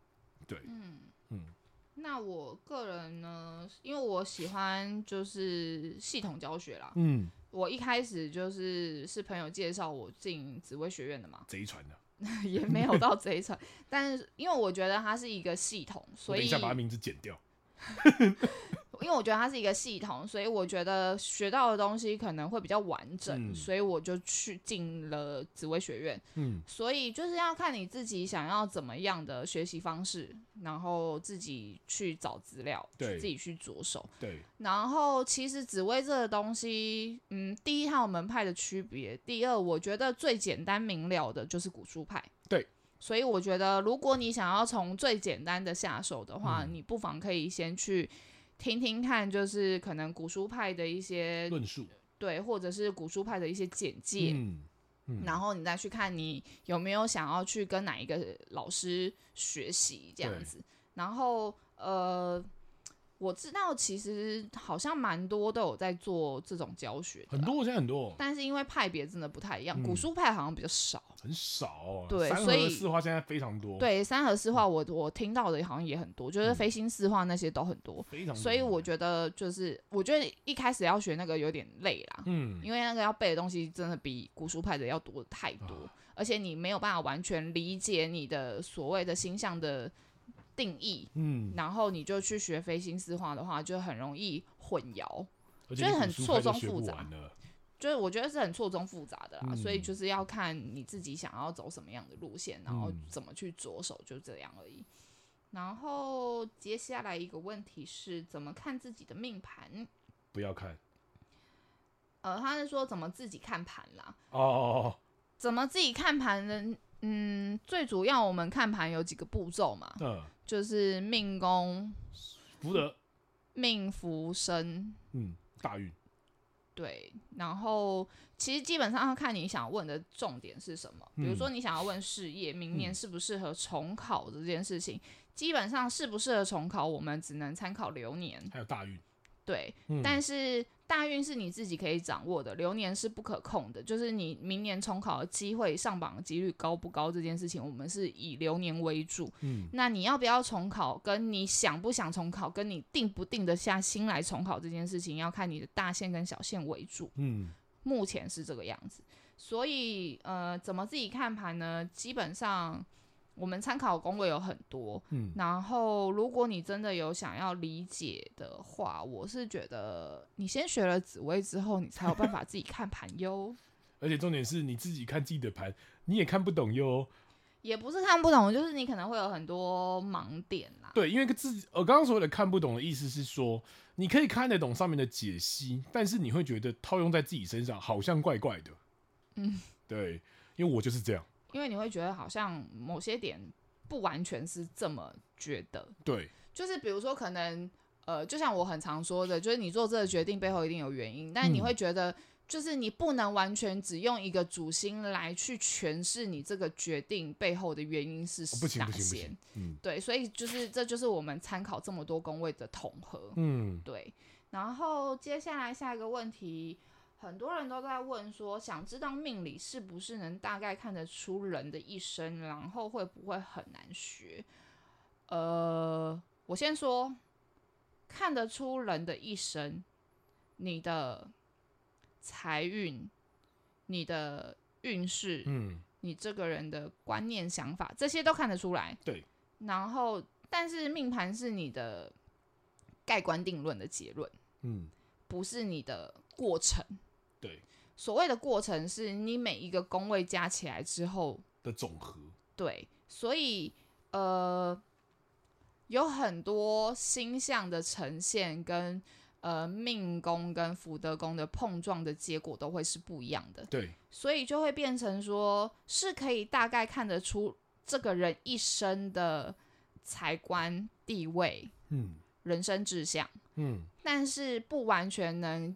S2: 嗯
S1: 嗯
S2: 那我个人呢，因为我喜欢就是系统教学啦。
S1: 嗯，
S2: 我一开始就是是朋友介绍我进紫薇学院的嘛，
S1: 贼啊船的、
S2: 也没有到这一层， 但是因为我觉得它是一个系统，
S1: 我
S2: 所
S1: 等
S2: 以
S1: 一下把他名字剪掉。
S2: 因为我觉得它是一个系统，所以我觉得学到的东西可能会比较完整，
S1: 嗯
S2: 所以我就去进了紫薇学院。
S1: 嗯
S2: 所以就是要看你自己想要怎么样的学习方式，然后自己去找资料，
S1: 对
S2: 自己去着手。，
S1: 对，
S2: 然后其实紫薇这个东西，嗯，第一它有门派的区别，第二我觉得最简单明了的就是古书派。
S1: 对。
S2: 所以我觉得，如果你想要从最简单的下手的话，
S1: 嗯
S2: 你不妨可以先去听听看，就是可能古书派的一些
S1: 论述。
S2: 对，或者是古书派的一些简介，
S1: 嗯嗯
S2: 然后你再去看你有没有想要去跟哪一个老师学习这样
S1: 对
S2: 子。然后呃，我知道其实好像蛮多都有在做这种教学的
S1: 很
S2: 啦，
S1: 多现在很多
S2: 但是因为派别真的不太一样，古
S1: 嗯
S2: 书派好像比较少。
S1: 很少哦、
S2: 对
S1: 三
S2: 所
S1: 和
S2: 以
S1: 四花现在非常多，，
S2: 对，三和四化我我听到的好像也很多，就是
S1: 哦嗯
S2: 飞星四化那些都很多。
S1: 非常多。
S2: 所以我觉得就是，我觉得一开始要学那个有点累啦，
S1: 嗯，
S2: 因为那个要背的东西真的比古书派的要多太
S1: 啊
S2: 多，而且你没有办法完全理解你的所谓的星象的定义，
S1: 嗯，
S2: 然后你就去学非心思化的话，就很容易混淆。
S1: 而
S2: 就是
S1: 你
S2: 很
S1: 古书
S2: 错
S1: 派就
S2: 综
S1: 学
S2: 复
S1: 不
S2: 杂
S1: 完了。
S2: 就是我觉得是很错综复杂的啦，
S1: 嗯
S2: 所以就是要看你自己想要走什么样的路线，然后
S1: 嗯
S2: 怎么去着手，就这样而已。然后接下来一个问题是怎么看自己的命盘？
S1: 不要看
S2: 呃，他是说怎么自己看盘啦，
S1: 哦哦
S2: 怎么自己看盘呢？嗯，最主要我们看盘有几个步骤嘛，
S1: 哦，嗯，
S2: 就是命宫、
S1: 福德，
S2: 命福身，
S1: 嗯，大运，
S2: 对。然后其实基本上要看你想问的重点是什么，比如说你想要问事业，明年
S1: 嗯
S2: 适不适合重考这件事情，基本上适不适合重考，我们只能参考流年，
S1: 还有大运，
S2: 对。
S1: 嗯，
S2: 但是大运是你自己可以掌握的，流年是不可控的，就是你明年重考的机会、上榜的几率高不高这件事情，我们是以流年为主。
S1: 嗯
S2: 那你要不要重考，跟你想不想重考，跟你定不定得下心来重考这件事情，要看你的大限跟小限为主。
S1: 嗯
S2: 目前是这个样子，所以呃，怎么自己看盘呢？基本上我们参考宫位有很多，
S1: 嗯
S2: 然后，如果你真的有想要理解的话，我是觉得你先学了紫薇之后，你才有办法自己看盘哟。
S1: 而且重点是你自己看自己的盘，你也看不懂哟。
S2: 也不是看不懂，就是你可能会有很多盲点啊啦。
S1: 对，因为自己我刚刚所谓的看不懂的意思是说，你可以看得懂上面的解析，但是你会觉得套用在自己身上好像怪怪的。
S2: 嗯，
S1: 对，因为我就是这样。
S2: 因为你会觉得好像某些点不完全是这么觉得，
S1: 对，
S2: 就是比如说可能呃，就像我很常说的，就是你做这个决定背后一定有原因，但你
S1: 嗯
S2: 会觉得。就是你不能完全只用一个主心来去诠释你这个决定背后的原因是
S1: 哦不行
S2: 哪
S1: 不行不
S2: 些
S1: 行，嗯
S2: 对，所以就是这就是我们参考这么多宫位的统合。
S1: 嗯
S2: 对，然后接下来下一个问题，很多人都在问说，想知道命理是不是能大概看得出人的一生，然后会不会很难学？呃，我先说，看得出人的一生，你的财运、你的运势、
S1: 嗯，
S2: 你这个人的观念、想法，这些都看得出来。
S1: 对。
S2: 然后，但是命盘是你的盖棺定论的结论，
S1: 嗯，
S2: 不是你的过程。
S1: 对
S2: 所谓的过程，是你每一个宫位加起来之后，
S1: 的总和，
S2: 对，所以呃，有很多星象的呈现跟呃命宫跟福德宫的碰撞的结果都会是不一样的。
S1: 对，
S2: 所以就会变成说是可以大概看得出这个人一生的财官地位、
S1: 嗯
S2: 人生志向，
S1: 嗯
S2: 但是不完全能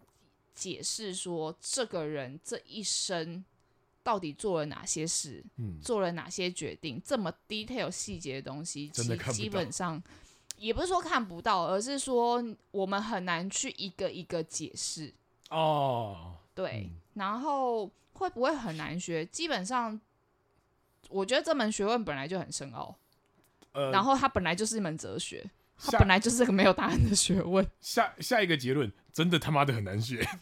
S2: 解释说这个人这一生到底做了哪些事，
S1: 嗯，
S2: 做了哪些决定，这么 detail 细节的东西，
S1: 真的
S2: 其
S1: 看不
S2: 基
S1: 到
S2: 本上也不是说看不到，而是说我们很难去一个一个解释。
S1: 哦，
S2: 对，
S1: 嗯
S2: 然后会不会很难学？基本上，我觉得这门学问本来就很深奥，
S1: 呃，
S2: 然后它本来就是一门哲学，它
S1: 下
S2: 本来就是个没有答案的学问，
S1: 下下一个结论，真的他妈的很难学。
S2: 啊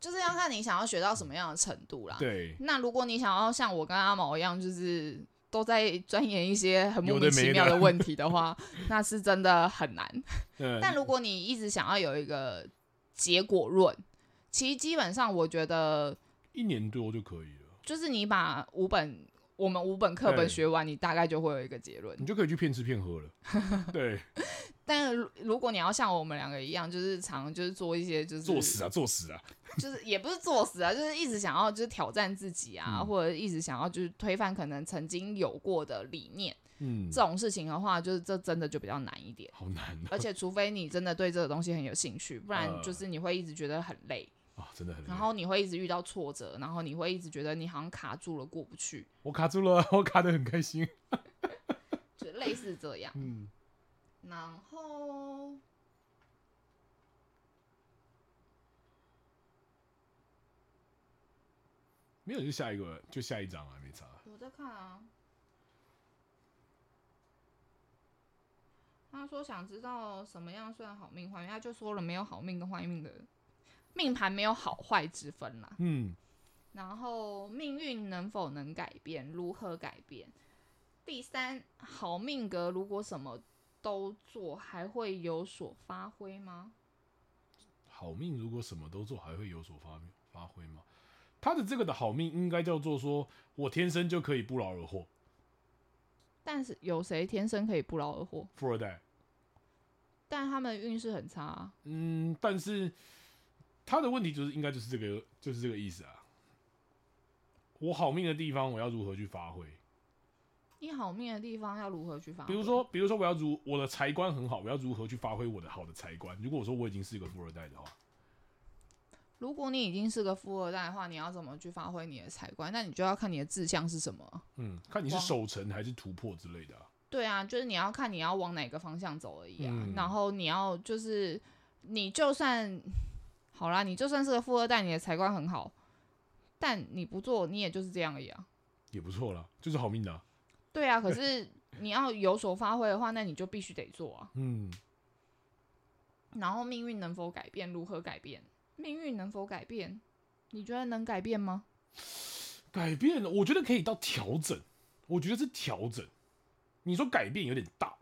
S2: 就是要看你想要学到什么样的程度啦。
S1: 对，
S2: 那如果你想要像我跟阿毛一样，就是都在钻研一些很莫
S1: 有
S2: 名
S1: 的
S2: 其
S1: 没
S2: 妙的
S1: 的
S2: 问题的话， 那是真的很难。
S1: 嗯，
S2: 但如果你一直想要有一个结果论，其实基本上我觉得，
S1: 一年多就可以了，
S2: 就是你把五本我们五本课本
S1: 对
S2: 学完，你大概就会有一个结论
S1: 你。就可以去骗吃 骗喝了。对，
S2: 但如如果你要像我们两个一样，就是常就是做一些就是
S1: 作死啊，作死啊！
S2: 就是也不是作死啊，就是一直想要就是挑战自己啊，
S1: 嗯
S2: 或者一直想要就是推翻可能曾经有过的理念。
S1: 嗯，，
S2: 这种事情的话，就是这真的就比较难一点
S1: 好难啊
S2: 而且除非你真的对这个东西很有兴趣，不然
S1: 呃
S2: 就是你会一直觉得很累，
S1: 啊，真的很累。
S2: 然后你会一直遇到挫折，然后你会一直觉得你好像卡住了过不去，
S1: 我卡住了， 我卡的很开心。
S2: 就类似这样。
S1: 嗯，
S2: 然后
S1: 没有就下一个，就下一张啊，没差。
S2: 我在看啊。他说想知道什么样算好命坏命，他就说了没有好命跟坏命的命盘没有好坏之分啦。
S1: 嗯，
S2: 然后命运能否能改变，如何改变？第三，好命格如果什么都做，还会有所发挥吗？
S1: 好命如果什么都做，还会有所发发挥吗？他的这个的好命应该叫做说，我天生就可以不劳而获，
S2: 但是有谁天生可以不劳而获？
S1: 富二代。
S2: 但他们的运势很差、啊，
S1: 嗯，但是他的问题就是应该就是这个就是这个意思啊。我好命的地方，我要如何去发挥？
S2: 你好命的地方要如何去发挥？
S1: 比如说，比如说我要如我的财官很好，我要如何去发挥我的好的财官？如果我说我已经是一个富二代的话，
S2: 如果你已经是个富二代的话，你要怎么去发挥你的财官？那你就要看你的志向是什么。
S1: 嗯，看你是
S2: 哇
S1: 守成还是突破之类的、啊。
S2: 对啊，就是你要看你要往哪个方向走而已啊。
S1: 嗯
S2: 然后你要就是，你就算好啦，你就算是个富二代，你的财官很好，但你不做，你也就是这样而已啊。
S1: 也不错啦，就是好命的啊、
S2: 对啊，可是你要有所发挥的话，那你就必须得做啊。
S1: 嗯，
S2: 然后命运能否改变？如何改变？命运能否改变？你觉得能改变吗？
S1: 改变，我觉得可以到调整，我觉得是调整。你说改变有点大，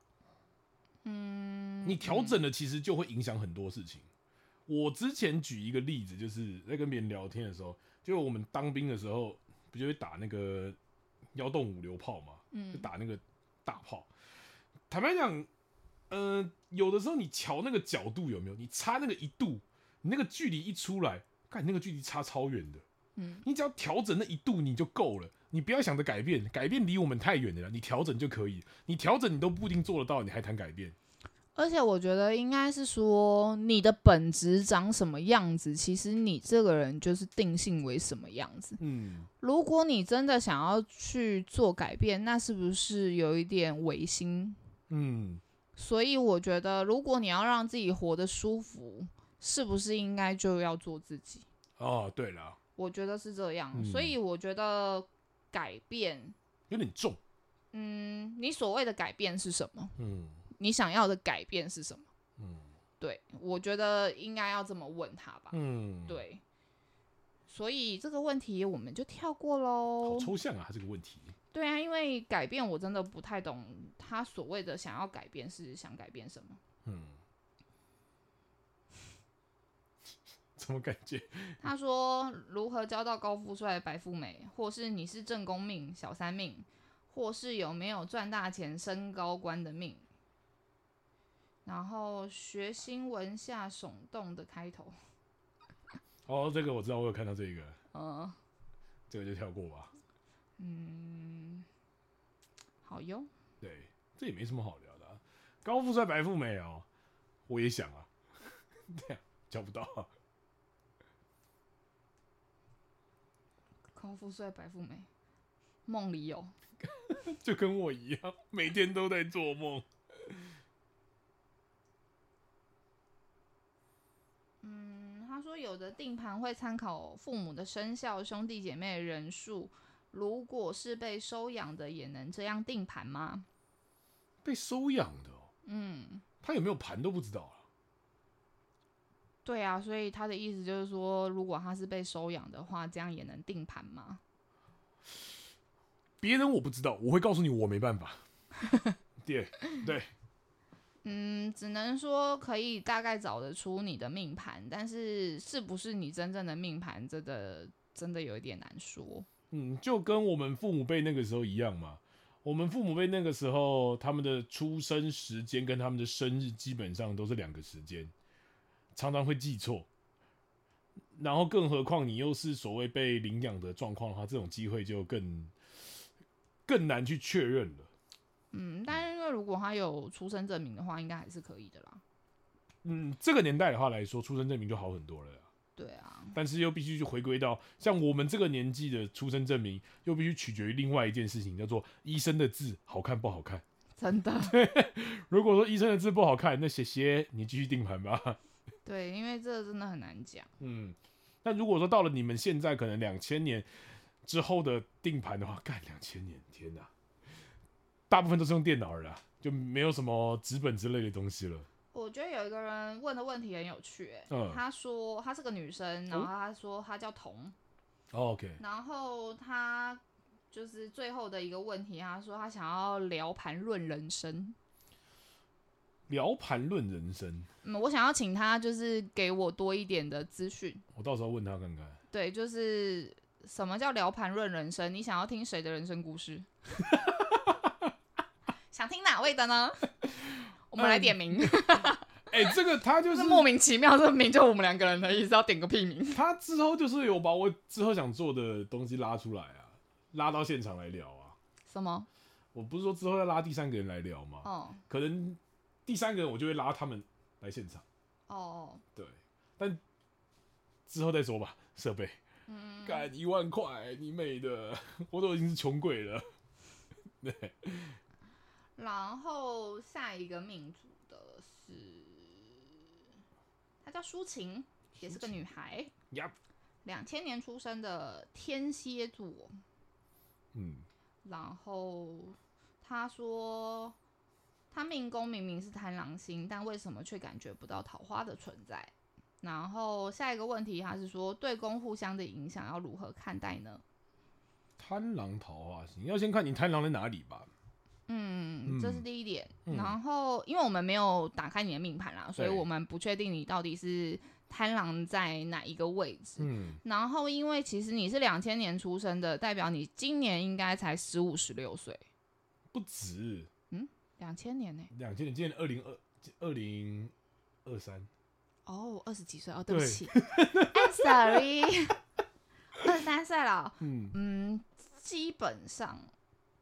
S2: 嗯，
S1: 你调整了，其实就会影响很多事情。我之前举一个例子，就是在跟别人聊天的时候，就我们当兵的时候，不就会打那个幺洞五流炮嘛，
S2: 嗯
S1: 就打那个大炮。坦白讲，呃，有的时候你瞧那个角度有没有，你差那个一度，你那个距离一出来，看那个距离差超远的。
S2: 嗯，
S1: 你只要调整那一度你就够了，你不要想着改变，改变离我们太远了啦，你调整就可以。你调整你都不一定做得到，你还谈改变？
S2: 而且我觉得应该是说，你的本质长什么样子，其实你这个人就是定性为什么样子。
S1: 嗯，
S2: 如果你真的想要去做改变，那是不是有一点违心？
S1: 嗯，
S2: 所以我觉得，如果你要让自己活得舒服，是不是应该就要做自己？
S1: 哦，对了，
S2: 我觉得是这样。
S1: 嗯
S2: 所以我觉得改变，
S1: 有点重。
S2: 嗯，你所谓的改变是什么？
S1: 嗯
S2: 你想要的改变是什么？
S1: 嗯
S2: 对，我觉得应该要这么问他吧。
S1: 嗯，，
S2: 啊对，所以这个问题我们就跳过喽
S1: 好。抽象啊，它这个问题。
S2: 对啊，因为改变我真的不太懂，他所谓的想要改变是想改变什么？
S1: 嗯， 怎么感觉？
S2: 他说如何交到高富帅、白富美，或是你是正宫命、小三命，或是有没有赚大钱、升高官的命。然后学新闻下耸动的开头，
S1: 哦，这个我知道，我有看到这个，
S2: 嗯
S1: 这个就跳过吧。
S2: 嗯，好哟，
S1: 对，这也没什么好聊的、啊。 高富帅白富美哦，我也想啊，对啊，交不到啊、
S2: 空腹睡白富美，梦里有。
S1: 就跟我一样，每天都在做梦。
S2: 嗯，他说有的定盘会参考父母的生肖、兄弟姐妹的人数，如果是被收养的，也能这样定盘吗？
S1: 被收养的、哦，
S2: 嗯，
S1: 他有没有盘都不知道啊。
S2: 对啊，所以他的意思就是说，如果他是被收养的话，这样也能定盘吗？
S1: 别人我不知道，我会告诉你，我没办法。对对，
S2: 嗯，只能说可以大概找得出你的命盘，但是是不是你真正的命盘，真的真的有一点难说。
S1: 嗯，就跟我们父母辈那个时候一样嘛。我们父母辈那个时候，他们的出生时间跟他们的生日基本上都是两个时间，常常会记错。然后，更何况你又是所谓被领养的状况的话，这种机会就更更难去确认了。
S2: 嗯，但是因为如果他有出生证明的话，应该还是可以的啦。
S1: 嗯，这个年代的话来说，出生证明就好很多了啦。
S2: 对啊，
S1: 但是又必须去回归到像我们这个年纪的出生证明，又必须取决于另外一件事情，叫做医生的字好看不好看。
S2: 真的，
S1: 如果说医生的字不好看，那写写你继续定盘吧。
S2: 对，因为这真的很难讲。
S1: 嗯，那如果说到了你们现在可能两千年之后的定盘的话，干两千年，天哪，大部分都是用电脑了啦，就没有什么纸本之类的东西了。
S2: 我觉得有一个人问的问题很有趣、欸，
S1: 嗯
S2: 他说她是个女生，然后她说她叫童，
S1: 哦 OK，
S2: 然后她就是最后的一个问题，她说她想要聊盘论人生。
S1: 聊盘论人生，
S2: 嗯，我想要请她就是给我多一点的资讯，
S1: 我到时候问他看看。
S2: 对，就是什么叫聊盘论人生？你想要听谁的人生故事？ 想听哪位的呢？我们来点名，
S1: 哎、这个他就
S2: 就是是 莫名其妙，这名就我们两个人的意思，要点个屁名。
S1: 他之后就是有把我之后想做的东西拉出来啊，拉到现场来聊啊。
S2: 什么？
S1: 我不是说之后要拉第三个人来聊吗？
S2: 哦
S1: 可能第三个人我就会拉他们来现场，
S2: 哦哦，
S1: 对，但之后再说吧。设备
S2: 嗯，
S1: 干一万块，你妹的， 我都已经是穷鬼了。对，
S2: 然后下一个命主的是，她叫舒晴，也是个女孩，
S1: 呀，
S2: 两千年出生的天蝎座。
S1: 嗯，
S2: 然后她说，她命宫明明是贪狼星，但为什么却感觉不到桃花的存在？然后下一个问题，她是说对宫互相的影响要如何看待呢？
S1: 贪狼桃花星，要先看你贪狼在哪里吧。
S2: 嗯，这是
S1: 嗯
S2: 第一点。
S1: 嗯
S2: 然后，因为我们没有打开你的命盘啦，所以
S1: 对
S2: 我们不确定你到底是贪狼在哪一个位置。
S1: 嗯，
S2: 然后，因为其实你是两千年出生的，代表你今年应该才十五、十六岁。
S1: 不止
S2: 两千年呢、
S1: 两千年，今年二零二二零二三，
S2: 哦，二十几岁哦，对不起，I'm sorry，二十三岁了。
S1: 嗯，
S2: 嗯，基本上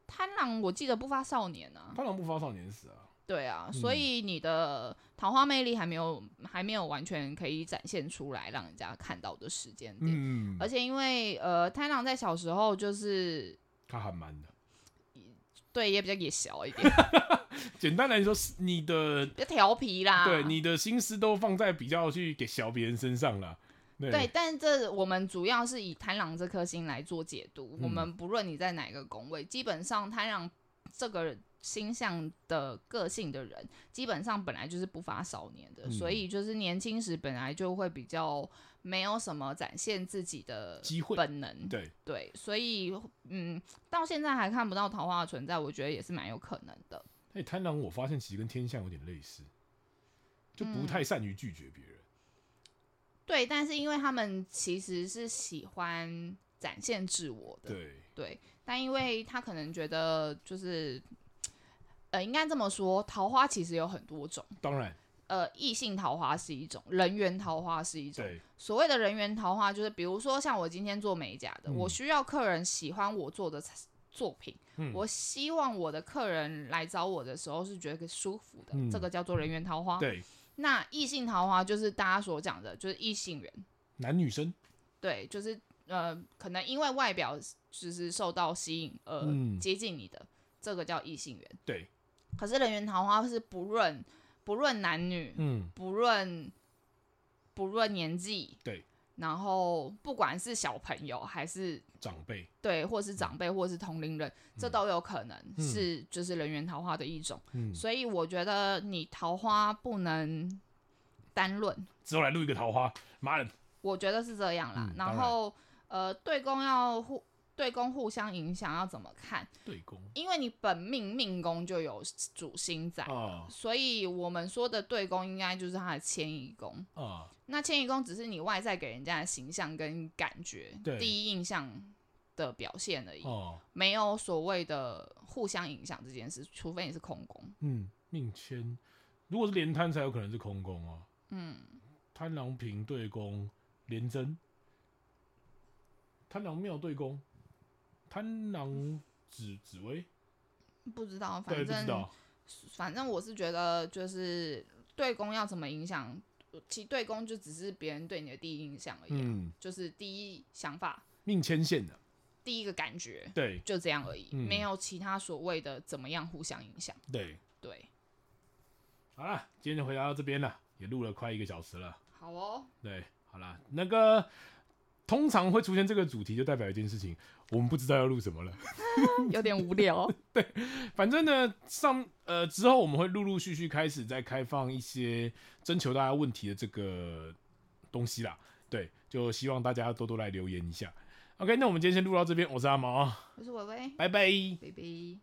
S2: 贪狼我记得不发少年啊，
S1: 贪狼不发少年死啊。
S2: 对啊，所
S1: 嗯
S2: 以你的桃花魅力还没有还没有完全可以展现出来，让人家看到的时间点。
S1: 嗯，
S2: 而且因为呃，贪狼在小时候就是
S1: 他还蛮的。
S2: 对也比较野小一点，
S1: 简单来说，是你的、
S2: 比较调皮啦。
S1: 对你的心思都放在比较去给小别人身上啦。对
S2: 对，但这我们主要是以贪狼这颗星来做解读。
S1: 嗯
S2: 我们不论你在哪一个宫位，基本上贪狼这个星象的个性的人，基本上本来就是不乏少年的，
S1: 嗯
S2: 所以就是年轻时本来就会比较没有什么展现自己的
S1: 机会
S2: 本能。
S1: 对
S2: 对，所以嗯，到现在还看不到桃花的存在，我觉得也是蛮有可能的。
S1: 哎，贪狼，我发现其实跟天象有点类似，就不太善于拒绝别人。
S2: 对，但是因为他们其实是喜欢展现自我的，
S1: 对，
S2: 对，但因为他可能觉得就是，呃，应该这么说，桃花其实有很多种，
S1: 当然，
S2: 呃，异性桃花是一种，人缘桃花是一种。
S1: 对，
S2: 所谓的人缘桃花，就是比如说像我今天做美甲的，
S1: 嗯
S2: 我需要客人喜欢我做的作品，
S1: 嗯
S2: 我希望我的客人来找我的时候是觉得舒服的，
S1: 嗯
S2: 这个叫做人缘桃花。
S1: 对，
S2: 那异性桃花就是大家所讲的，就是异性缘。
S1: 男女生，
S2: 对，就是呃，可能因为外表就是受到吸引而
S1: 嗯
S2: 接近你的，这个叫异性缘。
S1: 对，
S2: 可是人缘桃花是不论不论男女，
S1: 嗯，
S2: 不论不论年纪，
S1: 对，
S2: 然后不管是小朋友还是
S1: 长辈，
S2: 对，或是长辈，或是同龄人，这都有可能
S1: 嗯
S2: 是就是人缘桃花的一种。
S1: 嗯，
S2: 所以我觉得你桃花不能单论，
S1: 之后来录一个桃花，妈的，
S2: 我觉得是这样啦。
S1: 嗯当
S2: 然
S1: 然
S2: 后呃，对宫要互对宫互相影响要怎么看？
S1: 对宫
S2: 因为你本命命宫就有主星在，
S1: 啊
S2: 所以我们说的对宫应该就是它的迁移宫。
S1: 啊，
S2: 那迁移宫只是你外在给人家的形象跟感觉
S1: 对、
S2: 第一印象的表现而已。
S1: 哦，
S2: 没有所谓的互相影响这件事，除非你是空宫。
S1: 嗯，命迁，如果是连摊才有可能是空宫哦，
S2: 嗯，
S1: 贪狼平对宫，连贞，贪狼庙对宫，贪狼紫紫薇，
S2: 不知道，
S1: 对，
S2: 反
S1: 不知
S2: 正
S1: 道，
S2: 反正我是觉得，就是对宫要怎么影响，其实对宫就只是别人对你的第一印象而已啊、
S1: 嗯，
S2: 就是第一想法、
S1: 命迁线的，
S2: 第一个感觉，
S1: 对
S2: 就这样而已，
S1: 嗯
S2: 没有其他所谓的怎么样互相影响。
S1: 对，
S2: 对，
S1: 好啦，今天就回答到这边了，也录了快一个小时了。
S2: 好哦，
S1: 对，好啦，那个通常会出现这个主题，就代表一件事情，我们不知道要录什么了。
S2: 有点无聊。哦
S1: 反正呢，上呃之后我们会陆陆续续开始再开放一些征求大家问题的这个东西啦。对，就希望大家多多来留言一下。OK，那我们今天先录到这边，我是阿毛，啊
S2: 我是微微，
S1: 拜拜。
S2: 拜拜。